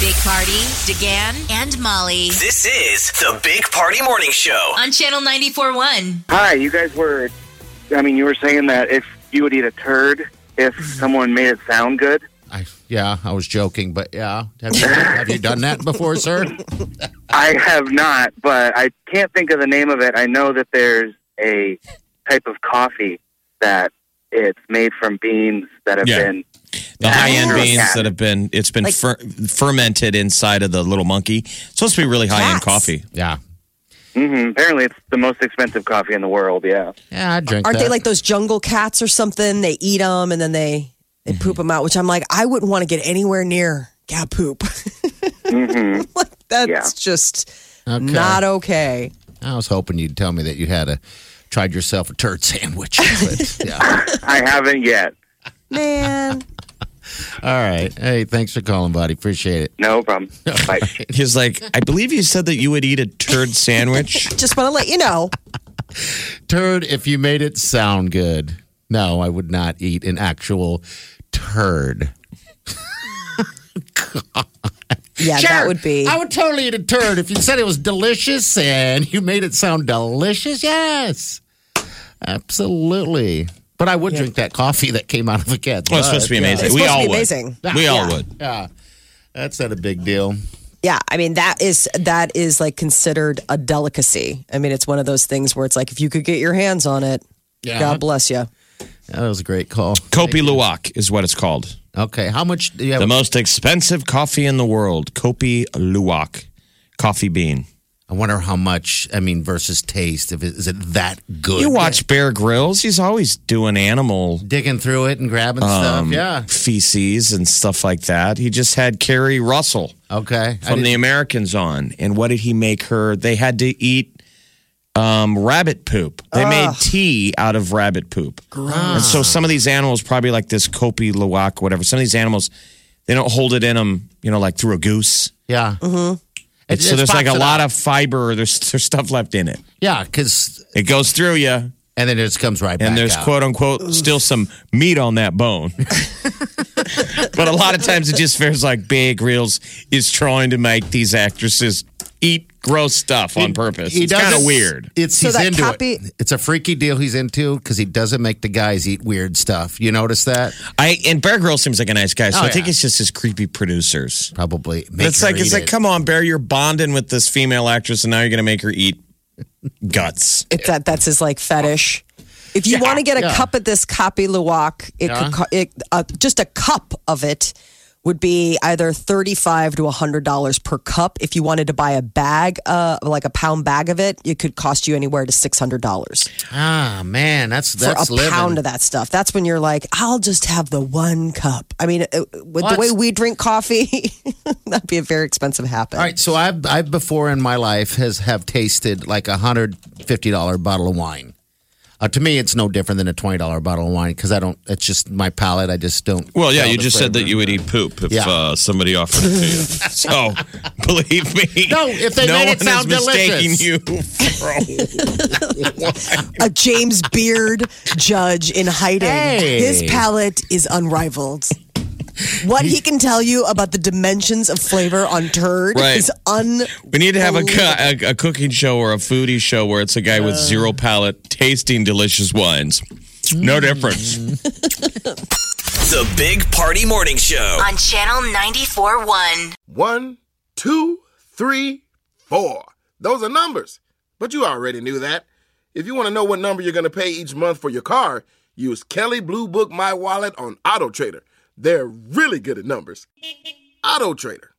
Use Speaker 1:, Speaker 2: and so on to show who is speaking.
Speaker 1: Big Party, DeGan, and Molly
Speaker 2: This is the Big Party Morning Show.
Speaker 1: on Channel 94.1.
Speaker 3: Hi, you guys were. I mean, you were saying that if you would eat a turd if someone made it sound good.
Speaker 4: I, yeah, I was joking, but yeah. Have you, have you done that before, sir?
Speaker 3: I have not, but I can't think of the name of it. I know that there's a type of coffee that it's made from beans that have
Speaker 5: Yeah.
Speaker 3: been.
Speaker 5: The high end
Speaker 3: Yeah.
Speaker 5: beans that have been it's been
Speaker 6: Like-
Speaker 5: fer- fermented inside of the little monkey. It's supposed to be really high end
Speaker 6: Cats.
Speaker 5: coffee.
Speaker 4: Yeah.
Speaker 3: hmm apparently, it's the most expensive coffee in the world. Yeah.
Speaker 4: Yeah, I drink
Speaker 6: Aren't
Speaker 4: that.
Speaker 6: they like those jungle cats or something? They eat them and then they they
Speaker 4: Mm-hmm.
Speaker 6: poop them out. Which I'm like, I wouldn't want to get anywhere near cat poop.
Speaker 3: hmm
Speaker 4: Mm-hmm.
Speaker 6: like that's
Speaker 3: Yeah.
Speaker 6: just
Speaker 4: Okay.
Speaker 6: not okay.
Speaker 4: I was hoping you'd tell me that you had a tried yourself a turd sandwich. but, yeah.
Speaker 3: I haven't yet.
Speaker 6: Man,
Speaker 4: All right. Hey, thanks for calling, buddy. Appreciate it.
Speaker 3: No problem. Bye.
Speaker 5: He was like, I believe you said that you would eat a turd sandwich.
Speaker 6: just want to let you know.
Speaker 4: Turd, if you made it sound good. No, I would not eat an actual turd.
Speaker 6: Yeah, that would be.
Speaker 4: I would totally eat a turd if you said it was delicious and you made it sound delicious. Yes, absolutely. But I would drink that coffee that came out of the cat.
Speaker 5: Well, Oh, it's supposed to be
Speaker 4: uh,
Speaker 5: amazing.
Speaker 6: It's
Speaker 5: we
Speaker 6: supposed to
Speaker 5: all
Speaker 6: be
Speaker 5: would.
Speaker 6: amazing.
Speaker 5: We all
Speaker 6: Yeah.
Speaker 5: would.
Speaker 4: Yeah, that's not a big deal.
Speaker 6: Yeah, I mean that is that is like considered a delicacy. I mean, it's one of those things where it's like if you could get your hands on it,
Speaker 4: Yeah.
Speaker 6: God bless you.
Speaker 4: That was a great call.
Speaker 5: Kopi Luwak is what it's called.
Speaker 4: Okay, how much do you have?
Speaker 5: The most expensive coffee in the world, Kopi Luwak, coffee bean.
Speaker 4: I wonder how much. I mean, versus taste. If it, is it that good?
Speaker 5: You watch Bear Grylls; he's always doing animal
Speaker 4: digging through it and grabbing
Speaker 5: um,
Speaker 4: stuff. Yeah.
Speaker 5: feces and stuff like that. He just had Carrie Russell.
Speaker 4: Okay. I
Speaker 5: from the
Speaker 4: didn't-
Speaker 5: Americans on. And what did he make her? They had to eat um, rabbit poop. They made tea out of rabbit poop. And so some of these animals, probably like this Kopi Luwak, whatever, some of these animals, they don't hold it in them, you know, like through a goose.
Speaker 4: yeah. Mm-hmm.
Speaker 5: And so there's like a lot of fiber, there's, there's stuff left in it.
Speaker 4: yeah, because
Speaker 5: It goes through you,
Speaker 4: and then it just comes right back.
Speaker 5: and there's
Speaker 4: out.
Speaker 5: quote unquote still some meat on that bone. but a lot of times it just feels like Bear Grylls is trying to make these actresses eat gross stuff on purpose.
Speaker 4: He
Speaker 5: It's kind of
Speaker 4: doesn't-
Speaker 5: weird.
Speaker 4: It's
Speaker 6: So
Speaker 4: he's
Speaker 6: that
Speaker 4: into
Speaker 6: copy-
Speaker 4: it. It's a freaky deal he's into because he doesn't make the guys eat weird stuff. You notice that?
Speaker 5: I and Bear Grylls seems like a nice guy, so
Speaker 4: Oh,
Speaker 5: I think
Speaker 4: yeah.
Speaker 5: it's just his creepy producers.
Speaker 4: Probably. Make
Speaker 5: It's
Speaker 4: her
Speaker 5: like it's
Speaker 4: eat
Speaker 5: like,
Speaker 4: it.
Speaker 5: come on, Bear, you're bonding with this female actress, and now you're gonna make her eat guts.
Speaker 6: If that that's his like fetish. If you want to get a
Speaker 4: yeah.
Speaker 6: cup of this copy luwak, it
Speaker 4: Yeah.
Speaker 6: could could it, uh, just a cup of it would be either thirty-five to hundred dollars per cup. If you wanted to buy a bag, uh, like a pound bag of it, it could cost you anywhere to six hundred dollars.
Speaker 4: Ah, man, that's
Speaker 6: for
Speaker 4: that's
Speaker 6: a
Speaker 4: living.
Speaker 6: pound of that stuff. That's when you're like, I'll just have the one cup. I mean, uh, with the
Speaker 4: What?
Speaker 6: way we drink coffee, that'd be a very expensive habit.
Speaker 4: All right, so I've I've before in my life has have tasted like a hundred fifty dollar bottle of wine. Uh, to me, it's no different than a twenty dollar bottle of wine because I don't. It's just my palate. I just don't.
Speaker 5: Well, yeah,
Speaker 4: tell
Speaker 5: you
Speaker 4: the
Speaker 5: just said that
Speaker 4: flavor.
Speaker 5: you would eat poop if
Speaker 4: Yeah.
Speaker 5: uh, somebody offered it to you. So believe me,
Speaker 4: No, if they
Speaker 5: no
Speaker 4: made it
Speaker 5: one is
Speaker 4: sound delicious.
Speaker 5: mistaking you for a
Speaker 6: A James Beard judge in hiding.
Speaker 4: Hey.
Speaker 6: His palate is unrivaled. What he can tell you about the dimensions of flavor on turd
Speaker 5: Right.
Speaker 6: is un.
Speaker 5: We need to have a, co- a, a cooking show or a foodie show where it's a guy with zero palate tasting delicious wines. No difference.
Speaker 2: The Big Party Morning Show.
Speaker 1: On Channel 94.1.
Speaker 7: One, two, three, four. Those are numbers. But you already knew that. If you want to know what number you're going to pay each month for your car, use Kelly Blue Book My Wallet on Auto Trader. They're really good at numbers. Auto Trader.